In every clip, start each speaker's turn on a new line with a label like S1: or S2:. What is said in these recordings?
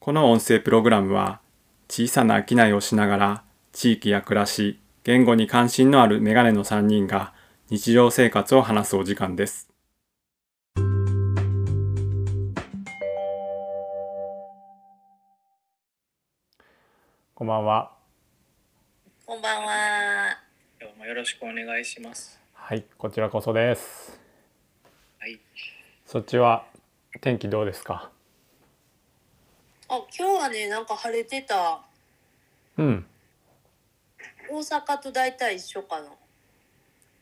S1: この音声プログラムは小さな商いをしながら地域や暮らし、言語に関心のあるメガネの3人が日常生活を話すお時間です。こんばんは。
S2: こんばんは。
S3: 今日もよろしくお願いします。
S1: はい、こちらこそです。
S3: はい。
S1: そっちは天気どうですか
S2: あ、今日はね、なんか晴れてた。
S1: うん。
S2: 大阪と大体一緒かな。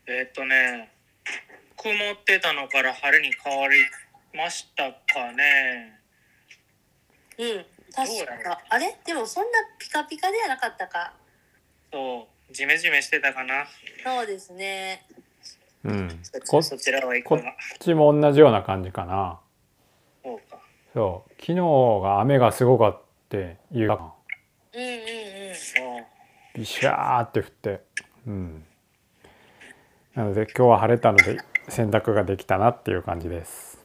S3: えーっとね、曇ってたのから晴れに変わりましたかね。
S2: うん、
S3: どう
S2: 確
S3: やろ
S2: か。あれ、でもそんなピカピカではなかったか。
S3: そう、ジメジメしてたかな。
S2: そうですね。
S1: うん。こ
S3: そそちらはいか
S1: こっ
S3: が。
S1: ちも同じような感じかな。
S3: そうか。
S1: そう。昨日が雨がすごかっていうか、
S2: うんうんうん。
S3: そう。
S1: ビシャーって降って。うん。なので今日は晴れたので洗濯ができたなっていう感じです。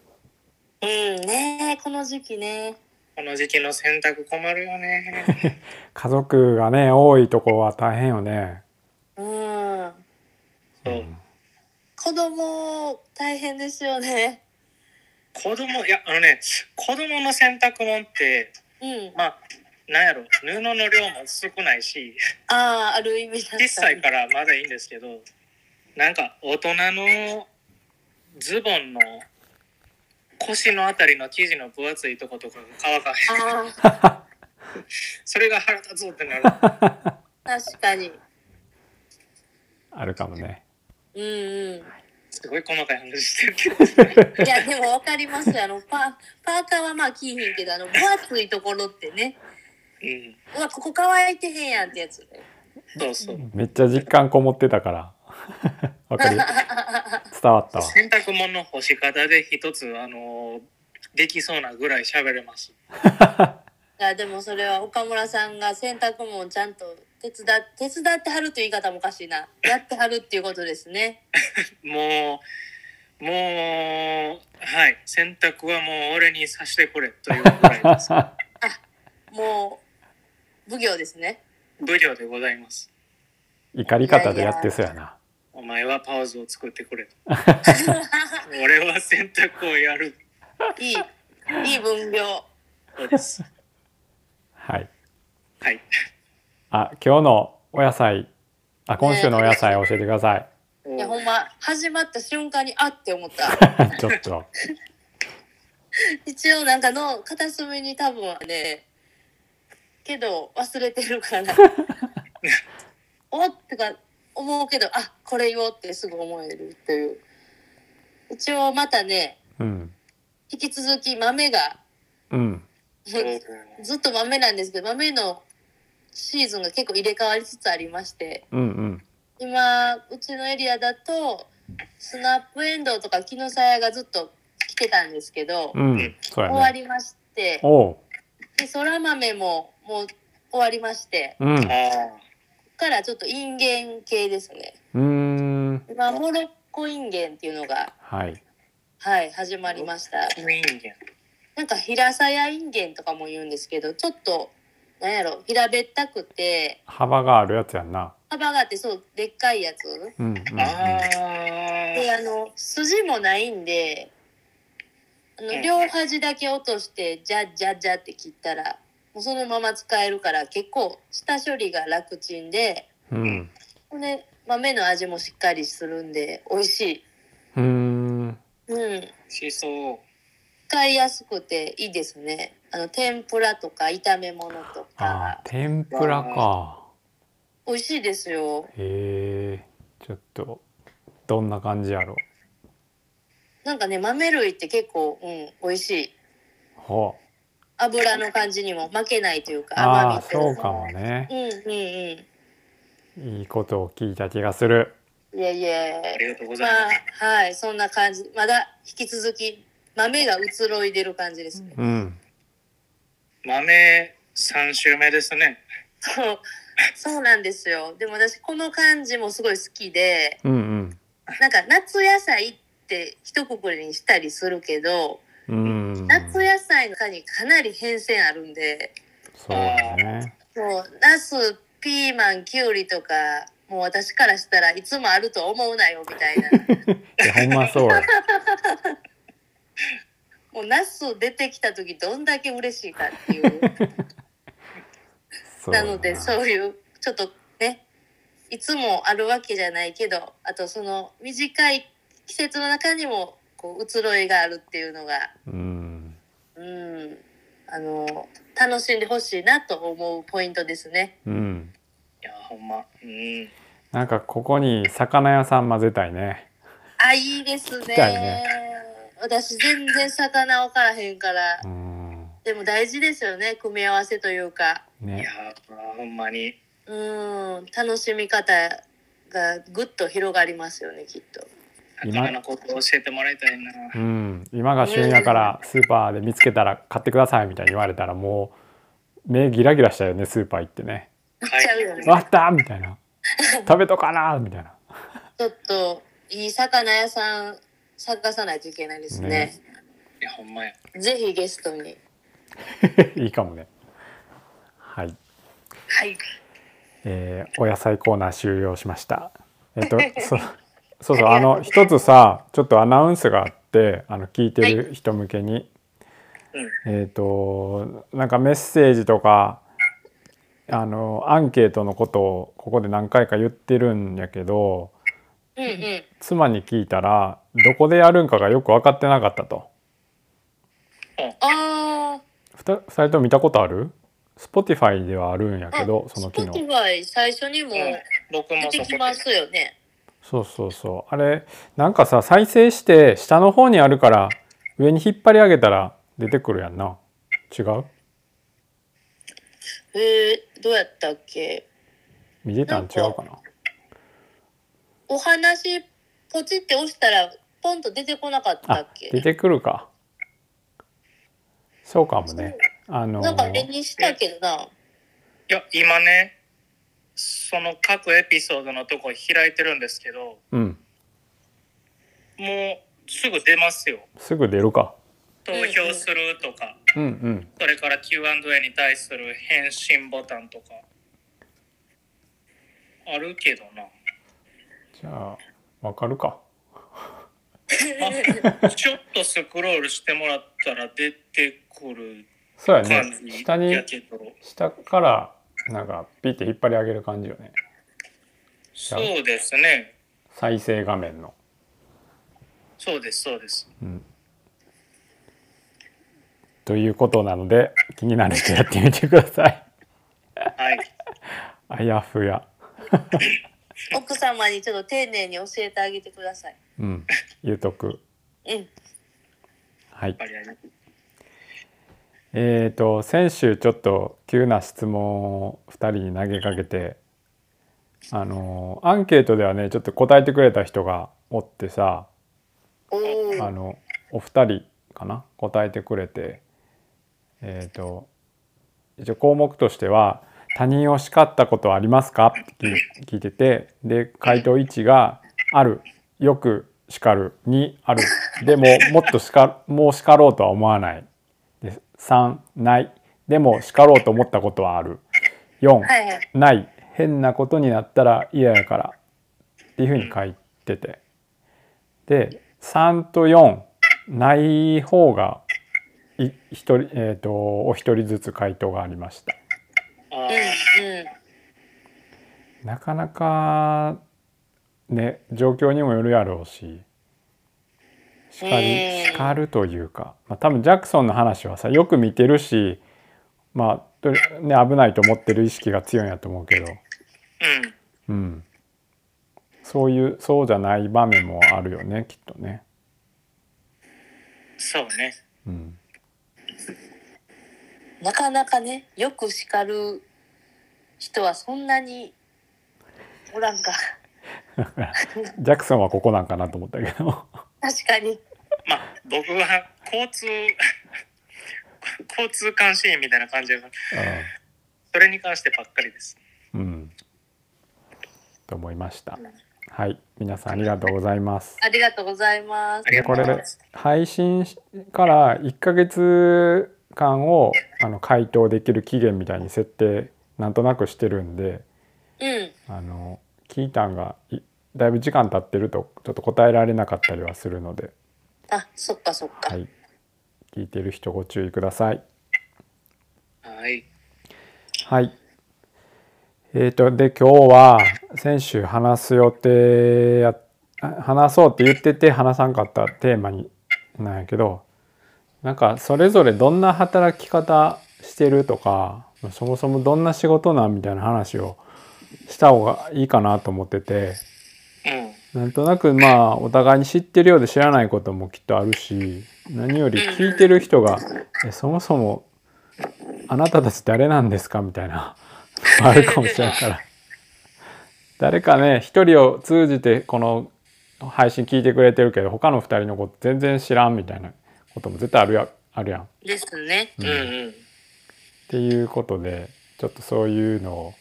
S2: うんね、この時期ね。
S3: この時期の洗濯困るよね。
S1: 家族がね、多いとこは大変よね。
S2: うん。
S1: う
S3: そう。
S1: ん
S2: 子供大変ですよね。
S3: 子供、いや、あのね、子供の洗濯物って、
S2: うん。
S3: まあ、なんやろ、布の量も少ないし、
S2: ああ、ある意味だ
S3: 10歳からまだいいんですけどなんか大人のズボンの腰のあたりの生地の分厚いとことかが乾かへん
S2: ああ、
S3: それが腹立つってなる
S2: 確かに。
S1: あるかもね。
S2: うんうん。
S3: すごい細かい話してるけど
S2: いやでもわかりますあのパパーカーはまあ着いひんけどあの分厚いところってね
S3: うん
S2: うわここ乾いてへんやんってやつね
S3: そうそう
S1: めっちゃ実感こもってたから。 わかる伝わったわ。
S3: 洗濯物の干し方で一つあのできそうなぐらい喋れます
S2: いやでもそれは岡村さんが洗濯物をちゃんと手伝っ手伝ってはるという言い方もおかしいなやってはるっていうことですね
S3: もうもうはい洗濯はもう俺にさしてくれというぐら いです
S2: もう奉行ですね
S3: 無料でございます
S1: 怒り方でやってそうやな。
S3: お前はパウズを作ってくれと。俺は選択をやる。
S2: いいいい分業
S3: そうです。
S1: はい。
S3: はい。
S1: あ、今日のお野菜、あ、今週のお野菜教えてください。
S2: いや
S3: お
S2: ほ
S3: うん
S2: ま始まった瞬間にあって思った
S1: ちょっと。
S2: 一応なんかの片隅に多分ねけど忘れてるから おってか思うけどあこれ言おうってすぐ思えるという一応またね
S1: うん。
S2: 引き続き豆が
S1: うん。
S2: ずっと豆なんですけど豆のシーズンが結構入れ替わりつつありまして
S1: うんうん。
S2: 今うちのエリアだとスナップエンドウとかキノサヤがずっと来てたんですけど
S1: うん。そうや
S2: 終わ
S1: ね。
S2: りまして
S1: おう。
S2: でそら豆ももう終わりまして
S1: うん。
S3: ああ。
S2: ここからちょっとインゲン系ですね
S1: うーん。
S2: 今モロッコインゲンっていうのが
S1: はい。
S2: はい始まりました
S3: 人間。
S2: なんか平さやインゲンとかも言うんですけどちょっとなんやろ平べったくて
S1: 幅があるやつやんな。
S2: 幅があってそうでっかいやつ
S1: うんうん、うん。
S2: で
S3: あ
S2: あの筋もないんであ
S3: う
S2: の
S3: ん
S2: 両端だけ落としてジャッジャッジャって切ったらもうそのまま使えるから結構下処理が楽ちんで
S1: うん。
S2: ほんで豆の味もしっかりするんで美味しい、
S1: うーん。
S2: うん、
S3: あ。しそう。
S2: 使いやすくていいですねあの天ぷらとか炒め物と
S1: あ
S2: か
S1: ー、天ぷらか。
S2: 美味しいですよ
S1: へえ。ちょっと。どんな感じやろ。
S2: なんかね豆類って結構、うん、美味しいう
S1: ほう。
S2: 油の感じにも負けないというか甘
S1: あ
S2: み
S1: あ、
S2: とい
S1: そううかもね。
S2: うんうんうん
S1: いいことを聞いた気がする。
S2: いえい
S3: あり
S2: え。
S3: がとうご
S2: ま
S3: ざい
S2: あ
S3: ます。、
S2: はい、そんな感じ。まだ引き続き豆が移ろいでる感じですね。
S1: うん。
S3: 豆三週目ですね。
S2: そう、そうなんですよ。でも私この感じもすごい好きで、
S1: うんうん。
S2: なんか夏野菜って一括りにしたりするけど、
S1: うんうんうん、
S2: 夏野菜の中にかなり変遷あるんで、
S1: そうだね。
S2: もう、ナス、ピーマン、キュウリとか、もう私からしたらいつもあると思うなよみたい な。
S1: いや、ほんまそうや。
S2: もうナス出てきた時どんだけ嬉しいかっていう。
S1: そうや
S2: なのでそういうちょっとねいつもあるわけじゃないけどあとその短い季節の中にもこう移ろいがあるっていうのが
S1: うん。
S2: うんあの楽しんでほしいなと思うポイントですね。
S1: うん。
S3: いや、ほんま。うん。
S1: なんかここに魚屋さん混ぜたいね。
S2: あいいですね。
S1: だよね
S2: 私全然魚分からへんから
S1: うん。
S2: でも大事ですよね組み合わせというか
S3: い
S1: ね
S3: や。、ほんまに。
S2: うん楽しみ方がぐっと広がりますよねきっと。
S1: 今
S3: 魚のこと教えてもらいたいな。
S1: うん。今が旬やからスーパーで見つけたら買ってくださいみたいに言われたらもう目ギラギラしたよね、スーパー行ってね。
S2: 買っちゃうよね
S1: 終わったみたいな。食べとかなみたいな。
S2: ちょっといい魚屋さん探さないといけないですね。
S3: いや、ほんまや。
S2: ぜひゲストに。
S1: いいかもね。はい。
S2: はい。
S1: えーお野菜コーナー終了しました。え っと、そそうそう、あの、一つさ、ちょっとアナウンスがあって、あの、聞いてる人向けに。えっ、と、なんかメッセージとか。あの、アンケートのことを、ここで何回か言ってるんやけど。
S2: うんうん。
S1: 妻に聞いたら、どこでやるんかがよく分かってなかったと。
S2: ああ。
S1: ふた、二人とも見たことある。Spotify ではあるんやけど、その機能。
S2: Spotify 最初にも
S3: うん僕も
S2: 出
S3: そ
S2: て
S3: こ
S2: き
S3: で。
S2: ますよね。
S1: そうそうそうあれなんかさ再生して下の方にあるから上に引っ張り上げたら出てくるやんな違う
S2: へえどうやったっけ。
S1: 見てたん違うかな
S2: お話ポチって押したらポンと出てこなかった
S1: あ
S2: っけ
S1: 出。てくるかそうかもねあの
S2: なんか目にしたけどな。
S3: いや、今ね、その各エピソードのとこ開いてるんですけど、
S1: うん
S3: もうすぐ出ますよ。
S1: すぐ出るか
S3: 投票するとか、
S1: うんうん
S3: それから Q&A に対する返信ボタンとか。あるけどな。
S1: じゃあわかるか
S3: あちょっとスクロールしてもらったら出てくる
S1: そうや
S3: 感
S1: ね
S3: じ
S1: 下に
S3: やけど、
S1: 下からなんかピッて引っ張り上げる感じよね
S3: そうですね。
S1: 再生画面の
S3: そうです、そうです。
S1: うんということなので気になる人やってみてください。
S3: はい。
S1: あやふや。
S2: 奥様にちょっと丁寧に教えてあげてください。
S1: うん。言うとく。
S2: うん。
S1: はい。
S3: ありがとう
S1: えーと先週ちょっと急な質問を2人に投げかけてあのアンケートではねちょっと答えてくれた人がおってさ
S2: お
S1: あ
S2: お。
S1: のお二人かな答えてくれてえっ、と一応項目としては「他人を叱ったことはありますか?」って聞い聞いててで回答1が「ある」「よく叱る」「2」「ある」「でももっと叱もう叱ろうとは思わない」で「3」「ない」「でも叱ろうと思ったことはある」「4」
S2: はいはい。
S1: 「ない」「変なことになったら嫌やから」っていうふうに書いててで3と4ない方がい一人、えー、とお一人ずつ回答がありました
S3: あ
S2: うんうん。
S1: なかなかね状況にもよるやろうし叱り
S2: うん
S1: 叱るというか、まあ、多分ジャクソンの話はさよく見てるしまあとね危ないと思ってる意識が強いんやと思うけど。
S3: ーう
S1: う
S3: ん。
S1: ん、そういうそうじゃない場面もあるよねきっとね。
S3: そうね。
S1: うん、
S2: なかなかねよく叱る人はそんなにおらんか
S1: ジャクソンはここなんかなと思ったけど
S2: 確かに
S3: まあ、僕は交通、 交通監視員みたいな感じだから、それに関してばっかりです。
S1: うん、うん、と思いました。はい、皆さんありがとうございます。
S2: ありがとうございます
S3: あ。りがとうございます。
S1: 配信しから1ヶ月間をあの回答できる期限みたいに設定なんとなくしてるんで
S2: うん。
S1: あの聞いたんがいだいぶ時間経ってるとちょっと答えられなかったりはするので、
S2: あ、そっかそっか。
S1: はい、聞いてる人ご注意ください。
S3: はい。
S1: はい。えー、とで今日は先週話す予定やあ話そうって言ってて話さんかったテーマになんやけどなんかそれぞれどんな働き方してるとかそもそもどんな仕事なんみたいな話をした方がいいかなと思ってて
S3: うん。
S1: なんとなくまあお互いに知ってるようで知らないこともきっとあるし何より聞いてる人が「えそもそもあなたたち誰なんですか?」みたいなあるかもしれないから誰かね一人を通じてこの配信聞いてくれてるけど他の二人のこと全然知らんみたいなことも絶対あるやあるやん。っ
S2: ですね。
S3: うんうん。
S1: ていうことでちょっとそういうのを、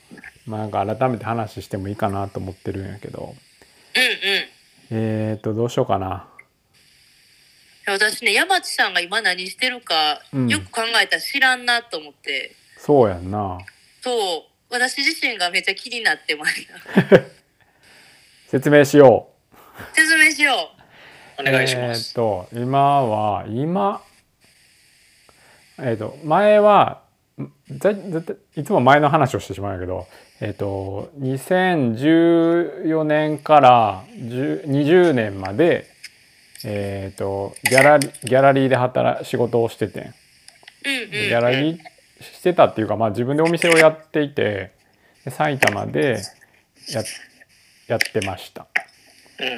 S1: まあ、なんか改めて話してもいいかなと思ってるんやけど
S2: うんうん。
S1: えーとどうしようかな。
S2: 私ね山地さんが今何してるか、
S1: うん
S2: よく考えたら知らんなと思って
S1: そうやんな。
S2: そう私自身がめっちゃ気になって ました
S1: 説明しよう。
S2: 説明しよ
S3: お願いしま
S1: えーっ
S3: す。
S1: と今は今えーっと前はんぜ絶対いつも前の話をしてしまうんやけどえーっと2014年から10 20年までえーっとギャラリギャラリーで働仕事をしててん。
S2: ううんうん、うん、
S1: ギャラリーしてたっていうか、まあ、自分でお店をやっていてで埼玉でややってました。
S3: うん。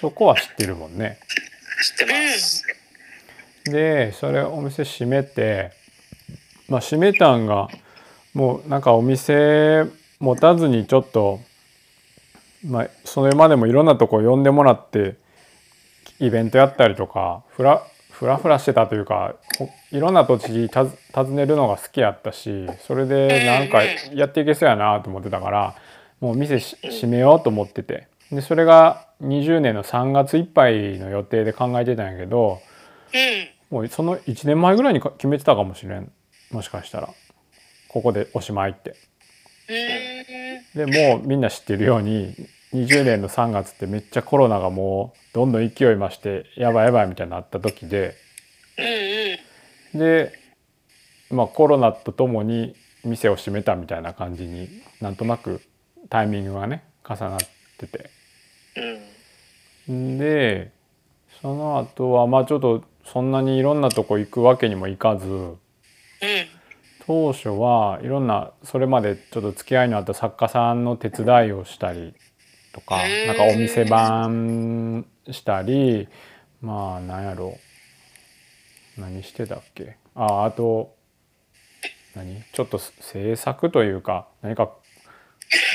S1: そこは知ってるもんね。
S3: 知ってます。
S1: でそれお店閉めてまあ閉めたんがもうなんかお店持たずにちょっとまあそれまでもいろんなとこ呼んでもらってイベントやったりとかふらふらふらしてたというかほいろんな土地にたず訪ねるのが好きやったしそれでなんかやっていけそうやなと思ってたからもう店し閉めようと思っててでそれが20年の3月いっぱいの予定で考えてたんやけどもうその1年前ぐらいにか決めてたかもしれんもしかしたらここでおしまいって
S2: うんうん
S1: でもうみんな知ってるように20年の3月ってめっちゃコロナがもうどんどん勢い増してやばいやばいみたいになった時で
S2: うん
S1: でまあコロナとともに店を閉めたみたいな感じになんとなくタイミングがね重なってて
S3: うん。
S1: でその後はまあちょっとそんなにいろんなとこ行くわけにもいかず
S2: うん
S1: 当初はいろんなそれまでちょっと付き合いのあった作家さんの手伝いをしたりとか
S2: へー
S1: なんかお店番したりまあ何やろ何してたっけああと何ちょっと制作というか何か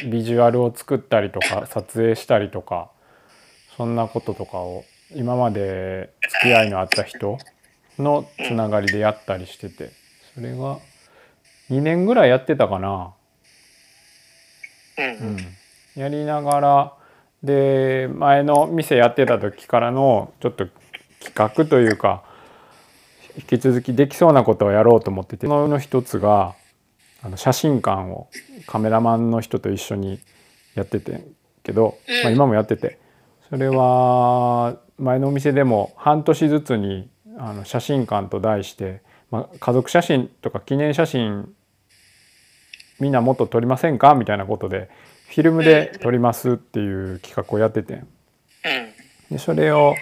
S1: ビジュアルを作ったりとか撮影したりとかそんなこととかを今まで付き合いのあった人のつながりでやったりしててそれが2年ぐらいやってたかな、
S3: うん。
S1: う
S3: うんん。、
S1: やりながらで前の店やってた時からのちょっと企画というか引き続きできそうなことをやろうと思っててそのの一つがあの写真館をカメラマンの人と一緒にやっててんけど、まあ、今もやっててそれは前のお店でも半年ずつにあの写真館と題して、まあ、家族写真とか記念写真みんなもっと撮りませんかみたいなことでフィルムで撮りますっていう企画をやっててんでそれを、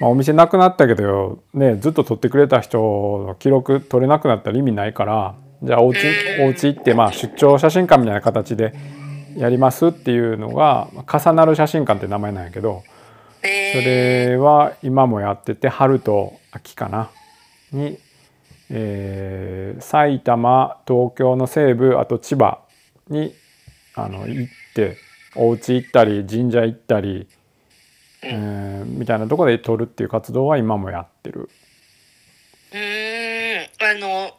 S1: まあ、お店なくなったけど、ね、ずっと取ってくれた人の記録取れなくなったら意味ないからじゃあお家お家行って、まあ、出張写真館みたいな形でやりますっていうのがまあ重なる写真館って名前なんやけどそ
S2: え
S1: れは今もやってて春と秋かなに、えー埼玉東京の西部あと千葉にあの行ってお家行ったり神社行ったり。えーみたいなところで撮るっていう活動は今もやってる。
S2: ー、うんあの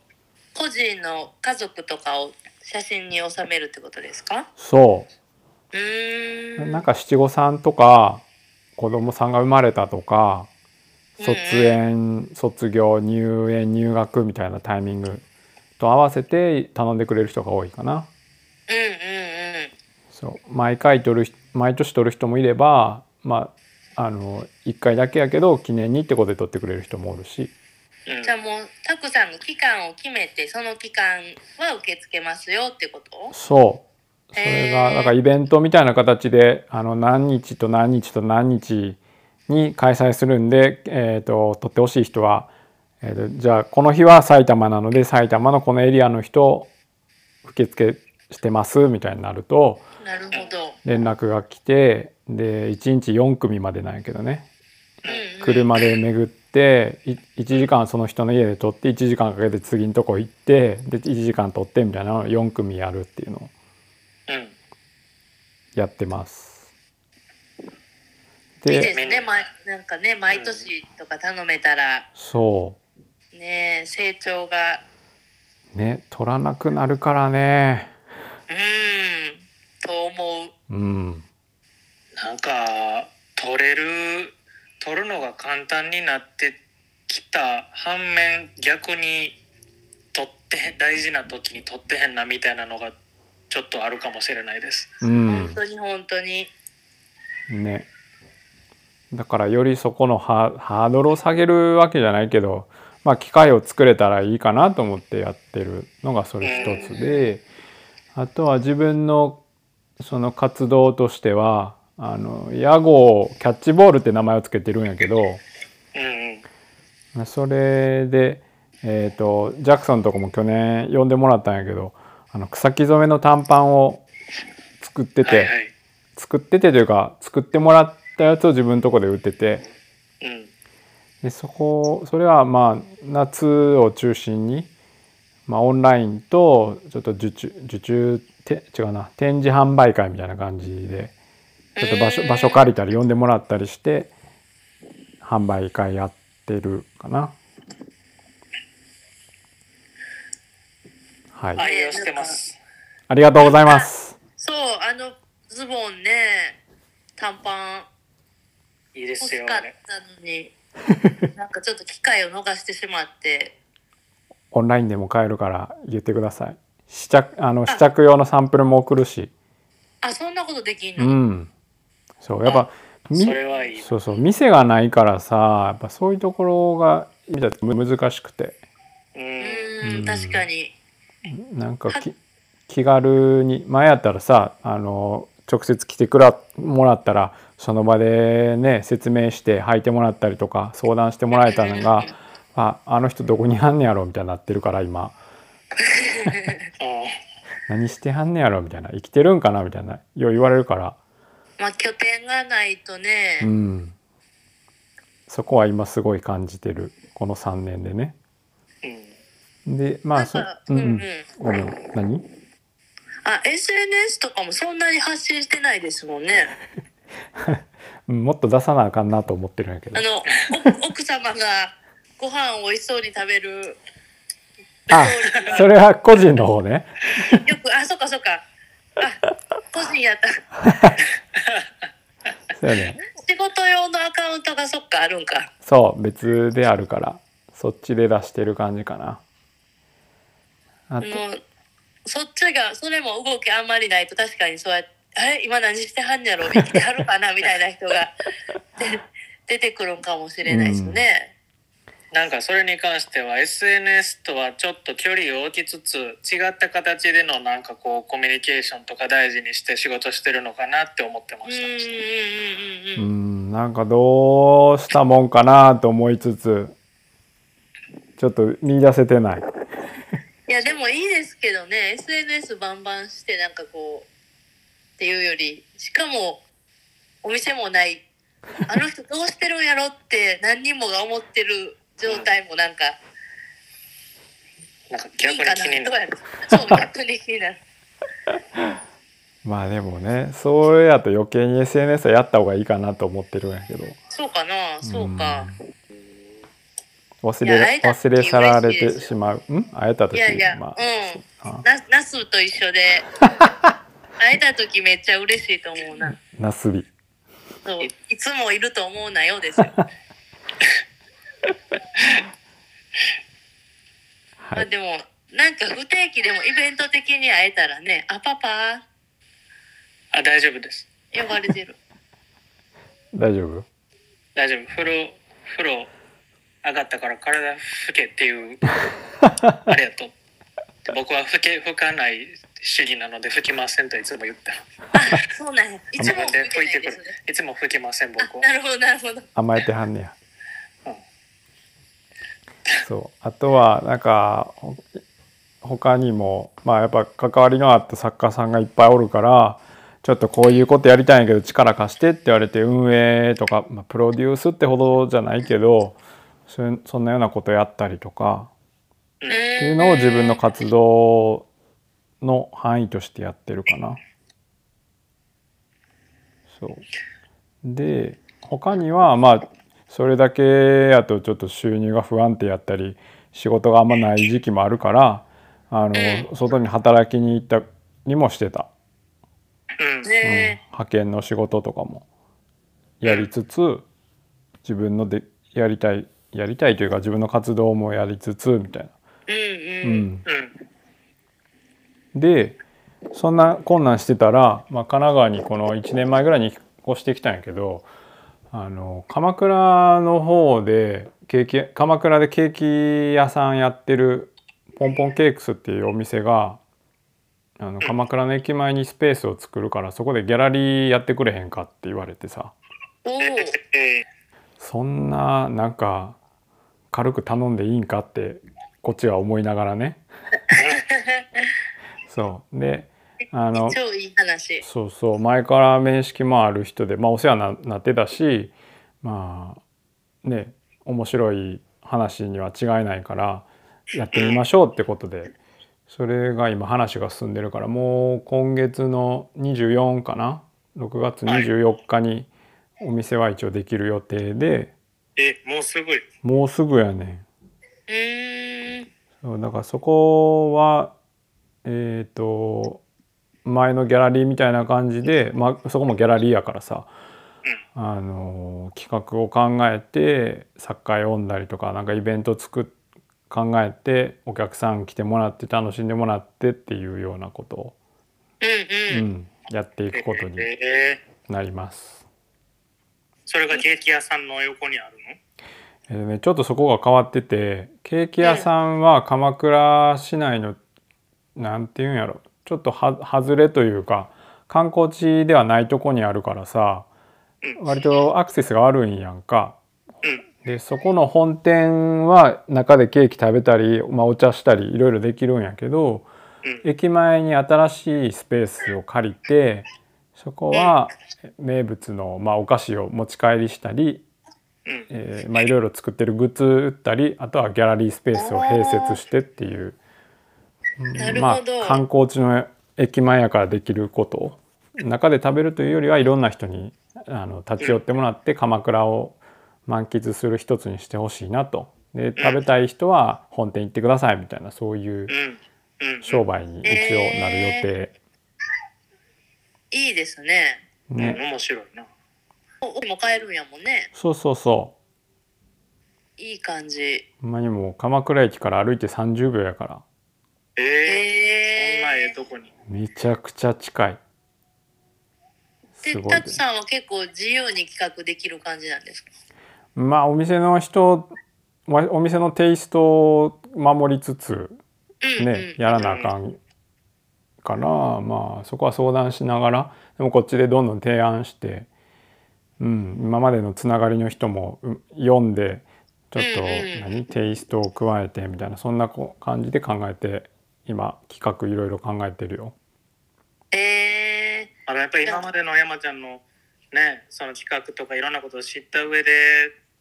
S2: 個人の家族とかを写真に収めるってことですか
S1: そ
S3: うーん
S1: なんか七五三とか子供さんが生まれたとか卒園卒業入園入学みたいなタイミングと合わせて頼んでくれる人が多いかな。
S2: うんうん
S1: そう毎回取る人毎年取る人もいればまああの1回だけやけど記念にってことで取ってくれる人もおるし
S3: うん
S2: じゃあもうタクさんが期間を決めてその期間は受け付けますよってこと
S1: そうそれが
S2: へー
S1: だからイベントみたいな形であの何日と何日と何日に開催するんで、えー、と取ってほしい人は、えーとじゃあこの日は埼玉なので埼玉のこのエリアの人受付してますみたいになると
S2: なるほど、
S1: 連絡が来てで1日4組までなんやけどね
S2: うんうん、
S1: 車で巡ってい1時間その人の家で撮って1時間かけて次のとこ行ってで1時間撮ってみたいなのを4組やるっていうのを
S3: うん
S1: やってます。
S2: いい
S1: で
S2: ですね毎なんかね毎年とか頼めたら
S1: そ
S2: ね成長が
S1: うね撮らなくなるからね
S2: うーんと思う
S1: うん
S3: なんか取れる取るのが簡単になってきた反面逆に取って大事な時に取ってへんなみたいなのがちょっとあるかもしれないです。
S1: う
S2: 本
S1: ん
S2: 当に本当に
S1: ねだからよりそこのハハードルを下げるわけじゃないけどまあ機械を作れたらいいかなと思ってやってるのがそれ一つであとは自分のその活動としてはあの屋号キャッチボールって名前をつけてるんやけど
S3: うんうん
S1: それで、えー、とジャクソンとかも去年呼んでもらったんやけどあの草木染めの短パンを作って
S3: はい
S1: て
S3: はい。
S1: 作っててというか作ってもらったやつを自分のとこで売ってて。
S3: うん
S1: でそこそれはまあ夏を中心に、まあ、オンラインとちょっと受注受注て違うな展示販売会みたいな感じでちょっと場所
S2: へー
S1: 場所借りたり呼んでもらったりして販売会やってるかな。はい、
S2: い
S3: 愛用してます。
S1: ありがとうございます。
S2: そうあのズボンね短パン
S3: いいで
S2: 欲
S3: す
S2: し
S3: よ
S2: かっ
S3: ね。
S2: たのになんかちょっと機会を逃してしまって
S1: オンラインでも買えるから言ってください。試着あの試着用のサンプルも送るし、
S2: あそんなことできん
S1: う
S2: の、
S1: ん、そうやっぱみ
S3: それはいい。
S1: そうそう店がないからさやっぱそういうところが見たって難しくて
S3: う
S2: うんー
S1: うん
S2: ん確かに
S1: なんかき
S2: は
S1: 気軽に前やったらさあの直接来てくらもらったらその場でね説明して履いてもらったりとか相談してもらえたのがああの人どこにあんねやろみたいになってるから今
S3: うん
S1: 何してはんねやろみたいな生きてるんかなみたいなよう言われるから
S2: まあ拠点がないとね、
S1: うんそこは今すごい感じてるこの3年でね。
S3: うん
S1: でまあ
S2: なん
S1: そ
S2: か
S1: うんう
S2: うんうん
S1: んごめん何
S2: あ SNS とかもそんなに発信してないですもんね
S1: うんもっと出さなあかんなと思ってるんやけど
S2: あのお 奥様がご飯を美味しそうに食べる
S1: あそれは個人の方ね
S2: よくあそっかそっかあ個人やった
S1: そうやね
S2: 仕事用のアカウントがそっかあるんか
S1: そう別であるからそっちで出してる感じかなあ
S2: も
S1: と
S2: うそっちがそれも動きあんまりないと確かにそうやってあれ今何してはんやろ生きてはるかなみたいな人がで出てくるんかもしれないですね、
S3: なんかそれに関しては SNS とはちょっと距離を置きつつ違った形でのなんかこうコミュニケーションとか大事にして仕事してるのかなって思ってま
S2: うん、
S3: した。
S1: う
S2: うんうんうんうん
S1: んなんかどうしたもんかなと思いつつちょっと見出せてない
S2: いやでもいいですけどね SNS バンバンしてなんかこうっていうよりしかもお店もないあの人どうしてるんやろって何人もが思ってる状態もなんか
S3: なんか
S2: い
S3: 逆
S2: い
S3: に
S2: かな
S3: 気にな
S2: どう
S3: る。
S2: やろそう逆に気になる
S1: まあでもねそうやと余計に SNS はやった方がいいかなと思ってるんやけど
S2: そうかなそうか
S1: ん忘
S2: いや会
S1: れ
S2: えたっ
S1: 忘
S2: て
S1: れ去られ
S2: 嬉しいで
S1: て
S2: すよ
S1: しまうん会えた時
S2: いやいや
S1: まあ
S2: うん
S1: あ
S2: なナスと一緒で会えた時めっちゃ嬉しいと思うな。
S1: なすび。
S2: そういつもいると思うなよですよ。
S1: は
S2: まあ
S1: い。
S2: でもなんか不定期でもイベント的に会えたらね「あパパ
S3: あ大丈夫です
S2: 呼ばれてる
S1: 大丈夫
S3: 大丈夫風呂風呂上がったから体拭けっ ていうありがとうで僕は拭け拭かない主義なので拭きませんといつも言った」
S2: あそうなんやいつ
S3: 自
S2: も
S3: 分
S2: 見
S3: で拭
S2: て
S3: い
S2: な
S3: て
S2: い
S3: く
S2: で
S3: る
S2: すね
S3: いつも拭きません僕
S2: あ
S3: は
S2: なるほどなるほど
S1: 甘えてはんねや
S3: うん。
S1: そう。あとは、なんか、ほ他にも、まあやっぱ関わりのあった作家さんがいっぱいおるから、ちょっとこういうことやりたいんやけど力貸してって言われて運営とか、まあ、プロデュースってほどじゃないけどそんそんなようなことやったりとかっ
S2: って
S1: いうのを自分の活動の範囲としてやってるかな。そうで他にはまあそれだけやとちょっと収入が不安定やったり仕事があんまない時期もあるからあの外に働きに行ったりもしてた、
S3: うん
S1: うん
S2: ね
S1: 派遣の仕事とかもやりつつ自分のでやりたいやりたいというか自分の活動もやりつつみたい
S2: うん
S1: な。う
S2: うん、
S1: ん
S3: うん
S1: でそんな困難してたら、まあ、神奈川にこの1年前ぐらいに引っ越してきたんやけどあの鎌倉の方でケーキ鎌倉でケーキ屋さんやってるポンポンケークスっていうお店があの鎌倉の駅前にスペースを作るからそこでギャラリーやってくれへんかって言われてさ
S2: おお
S3: え
S1: そんななんか軽く頼んでいいんかってこっちは思いながらね。そうであの
S2: 超いい話
S1: そうそう前から面識もある人で、まあ、お世話にななってたしまあね面白い話には違いないからやってみましょうってことでそれが今話が進んでるからもう今月の24かな6月24日にお店は一応できる予定で
S3: えもうすごい
S1: もうすぐやねん。
S2: うーん
S1: そうだからそこはえっ、と前のギャラリーみたいな感じで、まあ、そこもギャラリーやからさ、あの企画を考えて作家読んだりとかなんかイベント作っ考えてお客さん来てもらって楽しんでもらってっていうようなことを、
S2: うん
S1: う
S2: うん、
S1: んやっていくことに
S3: えー
S1: なります。
S3: それがケーキ屋さんの横にあるの
S1: えーね、ちょっとそこが変わっててケーキ屋さんは鎌倉市内のなんていうんやろちょっとは外れというか観光地ではないとこにあるからさ
S3: う
S1: 割とアクセスが悪いんやんか。
S3: うん
S1: でそこの本店は中でケーキ食べたり、まあ、お茶したりいろいろできるんやけど
S3: うん
S1: 駅前に新しいスペースを借りてそこは名物の、まあ、お菓子を持ち帰りしたり
S3: うん
S1: えーまあいろいろ作ってるグッズ売ったりあとはギャラリースペースを併設してっていう、うん
S2: なる
S1: ま
S2: ほど
S1: あ観光地の駅前やからできることを中で食べるというよりはいろんな人にあの立ち寄ってもらって鎌倉を満喫する一つにしてほしいなとで食べたい人は本店行ってくださいみたいなそういう
S3: うんうん
S1: 商売に一応なる予定、
S2: いいですね
S3: うん
S1: ね、
S3: 面白いな
S2: おおも帰るんやもんね
S1: そうそうそう
S2: いい感じ
S1: ほんまにもう鎌倉駅から歩いて30秒やから
S3: ええ
S2: へ
S3: そんなええ
S2: え
S3: とこに
S1: めちゃくちゃ近いす
S2: で
S1: ごい
S2: タ
S1: で
S2: ツ
S1: す
S2: さんは結構自由に企画できる感じなんですか
S1: まあお店の人まあお店のテイストを守りつつ
S2: うんうん、
S1: ねやらなあかんからまあそこは相談しながらでもこっちでどんどん提案して、うん、今までのつながりの人もう読んでちょっと
S2: うんうん
S1: 何テイストを加えてみたいなそんなこ感じで考えて今企画いろいろ考えてるよ。
S2: えー、
S3: あのやっぱり今までの山ちゃんのねその企画とかいろんなことを知った上で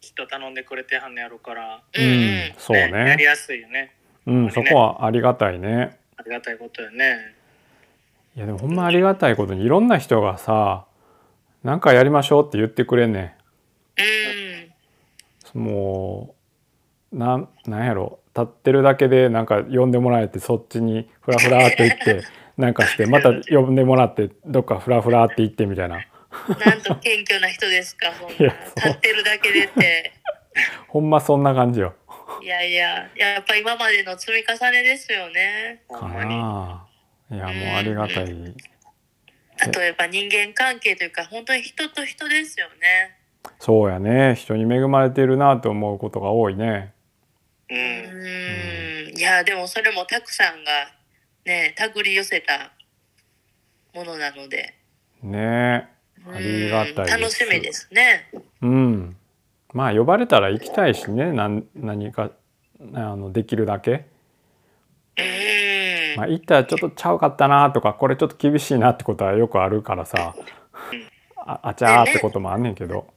S3: きっと頼んでくれてはんねやろから、
S2: うんうん
S1: そうね
S3: やりやすいよね
S1: うん、そこはありがたいね。
S3: ありがたいことよね
S1: いやでもほんまありがたいことにいろんな人がさなんかやりましょうって言ってくれんねん。
S2: うん
S1: もうなんなんやろ立ってるだけでなんか呼んでもらえてそっちにフラフラっと行ってなんかしてまた呼んでもらってどっかフラフラって行ってみたいな
S2: なんと謙虚な人ですか、ほん
S1: い
S2: ま
S1: やそう
S2: 立ってるだけでって。
S1: ほんまそんな感じよ
S2: いやいや、やっぱ今までの積み重ねですよね。
S3: ほ
S1: か
S3: んまに。
S1: なあいやもうありがたい
S2: 例えば人間関係というか、本当に人と人ですよね。
S1: そうやね人に恵まれてるなと思うことが多いね
S3: う。
S2: うんん。いや、でもそれもたくさんが、ね、手繰り寄せたものなので。
S1: ねありがたいです
S2: うん楽しみですね。
S1: うんまあ呼ばれたら行きたいしねなん何かあのできるだけ、
S2: うん。
S1: まあ、行ったらちょっとちゃうかったなとかこれちょっと厳しいなってことはよくあるからさああちゃーってこともあんねんけど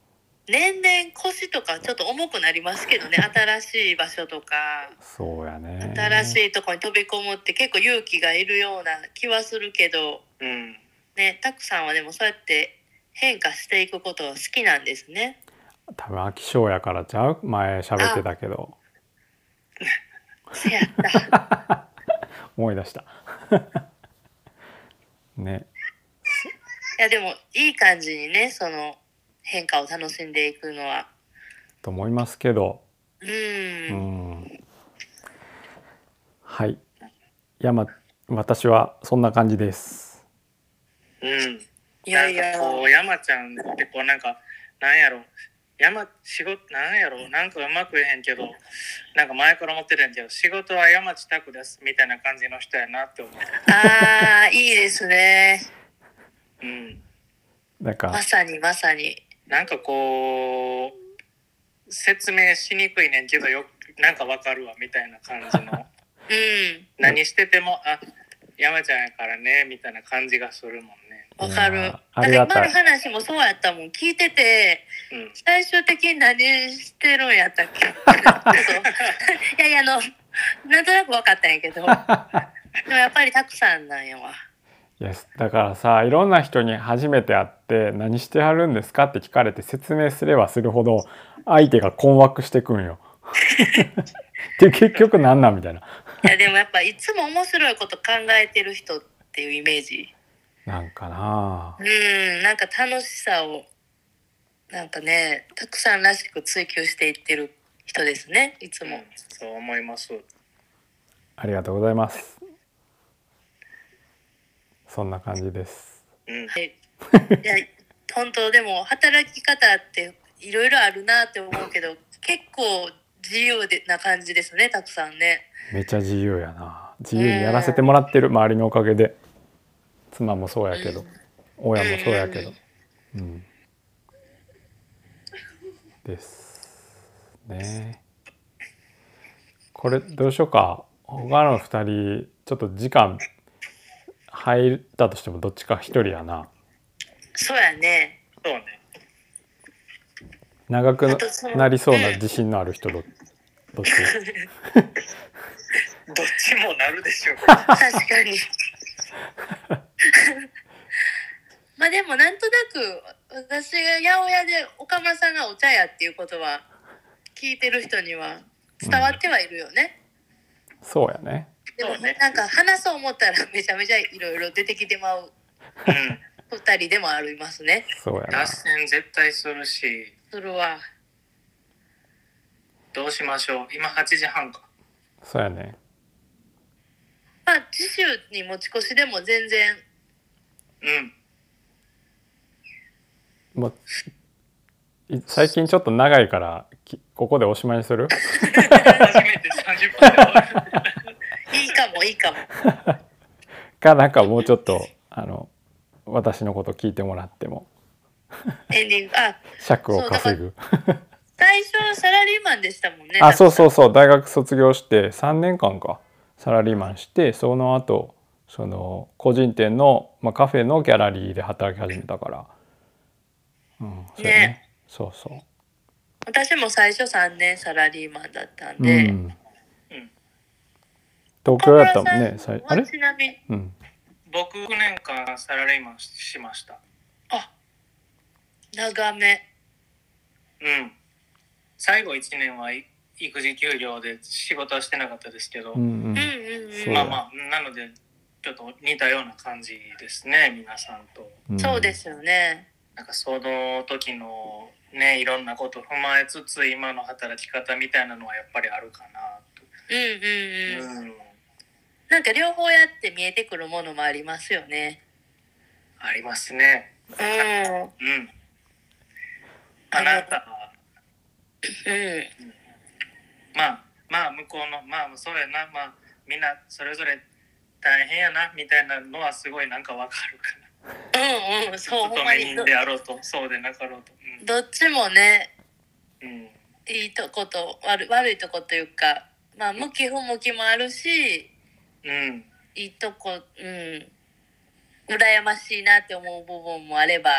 S2: 年々腰とかちょっと重くなりますけどね、新しい場所とか。
S1: そうやね
S2: 新しいとこに飛び込むって結構勇気がいるような気はするけど、
S3: うん。
S2: ね、たくさんはでもそうやって変化していくことは好きなんですね。
S1: 多分飽き性やからちゃう前喋ってたけど
S2: せ やった。
S1: 思い出した ね
S2: いやでもいい感じにね、その変化を楽しんでいくのは。
S1: と思いますけど
S2: う。
S1: うんんはいいやま私はそんな感じです
S3: うん。
S2: いやいや
S3: なんか。こう山ちゃんってこうなんかなんやろ山仕事なんやろなんかうまく言えへんけどなんか前から思ってるんやけど仕事は山地拓ですみたいな感じの人やなって思う。
S2: ああ、いいですね。
S3: うん。
S1: なんか
S2: まさにまさに。
S3: なんかこう説明しにくいねんけどよなんかわかるわみたいな感じ
S2: う
S3: の
S2: ん。
S3: 何しててもあ山ちゃんやからねみたいな感じがするもんね。
S2: わかる。
S1: い
S2: な
S1: や
S2: ん
S1: ー
S2: か
S1: ありがたい
S2: 今の話もそうやったもん。聞いてて、
S3: うん。
S2: 最終的に何してるんやったっ けいやいやあのなんとなく分かったん やけどでもやっぱりたくさんなんやわ
S1: いやだからさいろんな人に初めて会って「何してはるんですか?」って聞かれて説明すればするほど相手が困惑してくんよ。で結局なんなんみたいない
S2: やでもやっぱいつも面白いこと考えてる人っていうイメージ
S1: なんかなあ
S2: うんなんか楽しさをなんかねたくさんらしく追求していってる人ですねいつ
S3: うん
S2: も
S3: そう思います。
S1: ありがとうございますそんな感じです
S3: うん。
S2: はいいや本当でも働き方っていろいろあるなって思うけど結構自由でな感じですねたくさんね
S1: めちゃ自由やな自由にやらせてもらってる周りのおかげで妻もそうやけど親もそうやけどうんですねこれどうしようか他の2人ちょっと時間入ったとしてもどっちか1人やな
S2: そうやね。
S3: そうね。
S1: 長く
S2: あとその
S1: なりそうな自信のある人どどっち
S3: どっちもなるでしょ う。
S2: 確か に。まあでもなんとなく私が八百屋で岡村さんがお茶屋っていうことは聞いてる人には伝わってはいるよね。
S1: そうやね
S2: でも
S3: そうね
S2: なんか話そう思ったら めちゃめちゃいろいろ出てきてまう
S3: うん。
S2: 二人でもありますね。
S1: そうやな
S3: 脱線絶対するし。
S2: それは。
S3: どうしましょう今8時半か。
S1: そうやね
S2: まあ次週に持ち越しでも全然
S3: うん。
S1: もうい最近ちょっと長いからきここでおしまいにする
S3: 初めて30分で終わる。
S2: いいかもいいかも。
S1: かなんかもうちょっとあの私のこと聞いてもらっても
S2: エンディング。あ、
S1: 尺を稼ぐ
S2: 最初はサラリーマンでしたもんね。
S1: あそうそうそう大学卒業して3年間かサラリーマンしてその後その個人店の、まあ、カフェのギャラリーで働き始めたから、うんそうや
S2: ね
S1: そうそ
S2: 私も最初3年サラリーマンだったん
S1: う、
S2: で、
S1: うん、東京やったもんね
S2: 岡村さ
S1: さ
S2: ん
S1: い
S2: は
S1: あれ、
S2: ちなみに
S1: うん、
S3: 僕9年間サラリーマンしました。
S2: 長め
S3: うん。最後1年は育児休業で仕事はしてなかったですけど、
S1: うんうん
S2: うんうんうん
S1: そう
S3: ま
S1: だ
S3: あまあ、なのでちょっと似たような感じですね皆さんと。
S1: ん
S2: そうで。すよね。
S3: なんかその時のねいろんなことを踏まえつつ今の働き方みたいなのはやっぱりあるかな
S2: うんうん
S3: と。
S2: うん。
S3: うん
S2: なんか両方やって見えてくるものもありますよね。
S3: ありますね。
S2: うん。うん。
S3: うん。あなたはまあまあ向こうのまあそうやなまあみんなそれぞれ大変やなみたいなのはすごいなんかわかるか
S2: うんうん。そう、ほ
S3: な。
S2: ん
S3: 勤
S2: ま
S3: め
S2: にど
S3: 人。であろうとそうでなかろうと。
S2: どっちもね、
S3: うん。うん
S2: いいとこと悪悪いとこというか、まあ向き不向きもあるし、
S3: うん
S2: いいとこ、うん。羨ましいなって思う部分もあれば、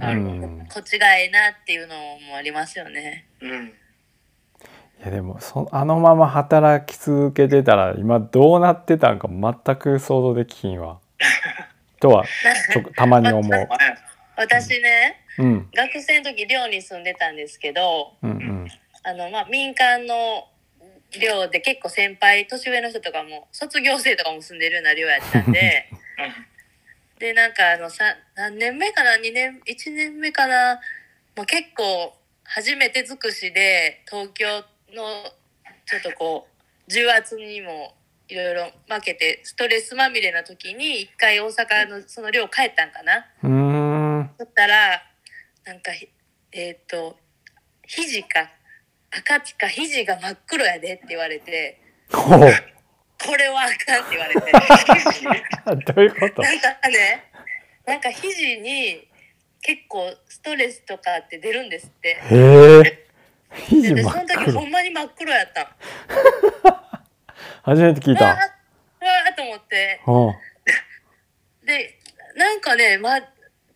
S1: うん。
S2: こっちがええなっていうのもありますよね。
S3: うん
S1: いやでもそあのまま働き続けてたら今どうなってたんか全く想像できひんわ。とはちょたまに思う。
S3: 前やな
S2: 私ね、
S1: うん
S2: 学生の時寮に住んでたんですけど、
S1: うんうん
S2: あの、まあ、民間の寮で結構先輩、年上の人とかも、卒業生とかも住んでるような寮やったんで、で、なんかあの、さ何年目かな ?2 年、1年目かなもう結構、初めて尽くしで、東京の、ちょっとこう、重圧にも、いろいろ負けて、ストレスまみれな時に、一回大阪のその寮帰ったんかな
S1: うーん。
S2: だったらなんかひえっ、と肘か赤地か肘が真っ黒やでって言われて
S1: ほう。
S2: これはあかんって 言われてな
S1: どういう こと？
S2: んかねなんか肘に結構ストレスとかって出るんですって
S1: へえ。肘
S2: で
S1: 真
S2: その
S1: っ
S2: 時ほ
S1: 黒。
S2: んまに真っ黒やったん
S1: 初めて聞いう
S2: わーうわ
S1: た。
S2: ーと思って
S1: ほう。
S2: でなんかねまあ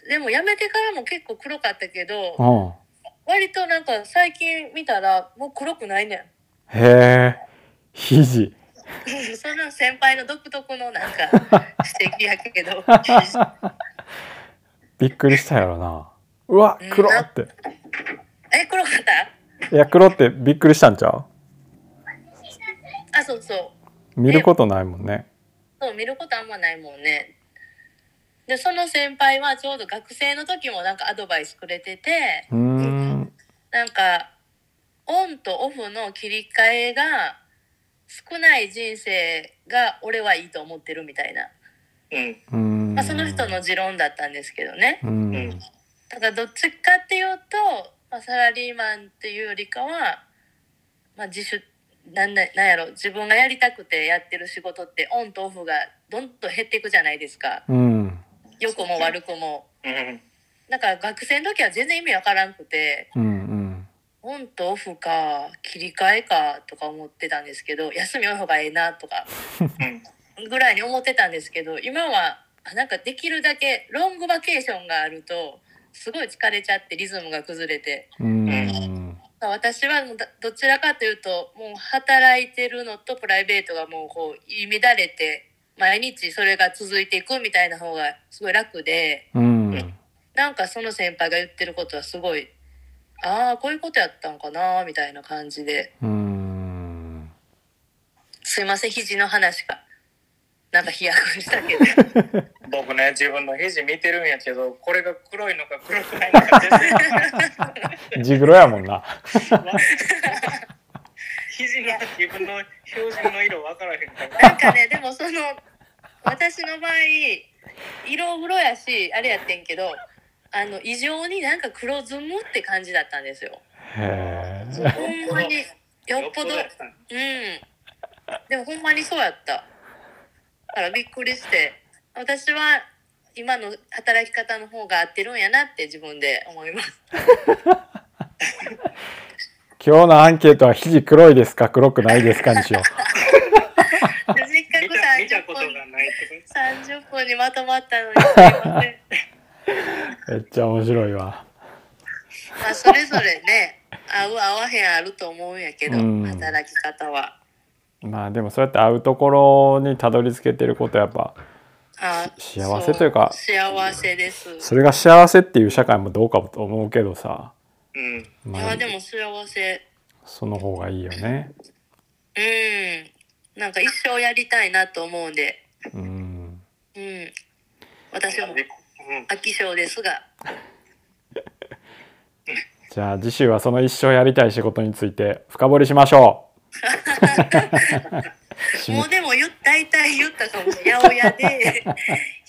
S2: でもやめてからも結構黒かったけど
S1: うん。
S2: 割となんか最近見たらもう黒くないねん
S1: へえ。肘。
S2: うん その先輩の独特のなんか指摘やけど
S1: びっくりしたやろな。うわ
S2: うん
S1: 黒って。
S2: え黒かった
S1: いや黒ってびっくりしたんちゃ
S2: あそうそう
S1: う？見ることないもんね。
S2: そう見ることあんまないもんねでその先輩はちょうど学生の時もなんかアドバイスくれてて
S1: うーん。
S2: なんかオンとオフの切り替えが少ない人生が俺はいいと思ってるみたいな、
S3: うん
S1: うーん。
S2: まあ、その人の持論だったんですけどね
S1: うん。
S2: ただどっちかっていうと、まあ、サラリーマンっていうよりかは、まあ、自主なんななんやろ自分がやりたくてやってる仕事ってオンとオフがどんどん減っていくじゃないですか
S1: うん。
S2: 良くも悪くも。
S3: うん
S2: だから学生の時は全然意味わからんくて
S1: うんうん。
S2: オンとオフか切り替えかとか思ってたんですけど休みオフがええなとか
S3: うん
S2: ぐらいに思ってたんですけど今はあなんかできるだけロングバケーションがあるとすごい疲れちゃってリズムが崩れて
S1: うん。
S2: 私はもうだどちらかというともう働いてるのとプライベートがもうこう入り乱れて毎日それが続いていくみたいな方がすごい楽で
S1: うん。
S2: なんかその先輩が言ってることはすごいああこういうことやったんかなみたいな感じで
S1: うん。
S2: すいません肘の話がなんか飛躍したけど
S3: 僕ね自分の肘見てるんやけどこれが黒いのか黒くないのか 全然
S1: ジグロやもんな。
S3: 肘の自分の標準の色分からへんから
S2: なんかねでもその私の場合色黒やしあれやってんけどあの異常になんか黒ずむって感じだったんですよ。
S1: へえ。
S2: ほんまによっぽど、うん
S3: やったん。
S2: でもほんまにそうやった。だからびっくりして、私は今の働き方の方が合ってるんやなって自分で思います。
S1: 今日のアンケートは肘黒いですか黒くないですかにしよ
S2: せっか
S3: 見た見
S2: く
S3: た
S2: 30
S3: こと
S2: 分
S3: がないってこ
S2: 30分にまとまったのにすいません。
S1: う。めっちゃ面白いわ。
S2: まあそれぞれね、合う合わへんあると思うんやけど、
S1: うん
S2: 働き方は。
S1: まあでもそうやって会うところにたどり着けてることやっぱ
S2: あ
S1: 幸せというか
S2: そ幸せです。
S1: それが幸せっていう社会もどうかと思うけどさ、
S3: とうん
S2: い
S1: まあ
S2: や、でも幸せ。
S1: その方がいいよね。
S2: うん。なんか一生やりたいなと思うんで、
S1: うん。
S2: うん。私も
S3: うん
S2: 飽き性ですが、
S1: じゃあ次週はその一生やりたい仕事について深掘りしましょう締め
S2: もうでも言っ大体言ったかも八百屋で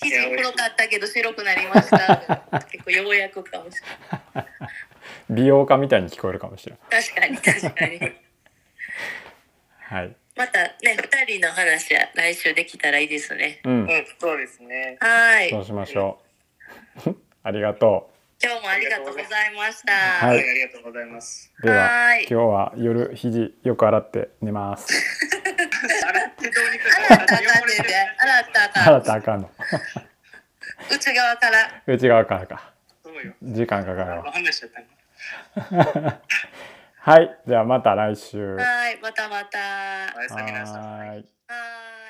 S2: 肘黒かったけど白くなりました結構ようやくかもし
S1: 美容家みたいに聞こえるかもしれない。
S2: れない確かに確かに
S1: はい。
S2: またね二人の話は来週できたらいいですね
S1: うん
S3: う。ん、そうですね。
S2: はーい
S1: そうしましょう。 ありがと
S2: 今日もありがとうございました
S1: は
S3: はいい、ありがとうござい ます。
S1: う。では
S2: はーい
S1: 今日は夜肘よく洗って寝ます。
S3: 洗ってどうにか
S2: 洗ったらあかんね
S3: 汚れ
S2: ん
S3: て
S2: で
S3: る
S2: 洗ったらあか
S1: 洗
S2: ん
S1: ったらあかんの。
S2: 内側から
S1: 内側からか。
S3: そうよ。
S1: 時間かかる
S3: 何の
S1: わ。
S3: 話だったの
S1: はい。じゃあまた来週。は
S2: はーいまたまたは
S3: おやすみなさい。
S1: ーい。
S2: ーい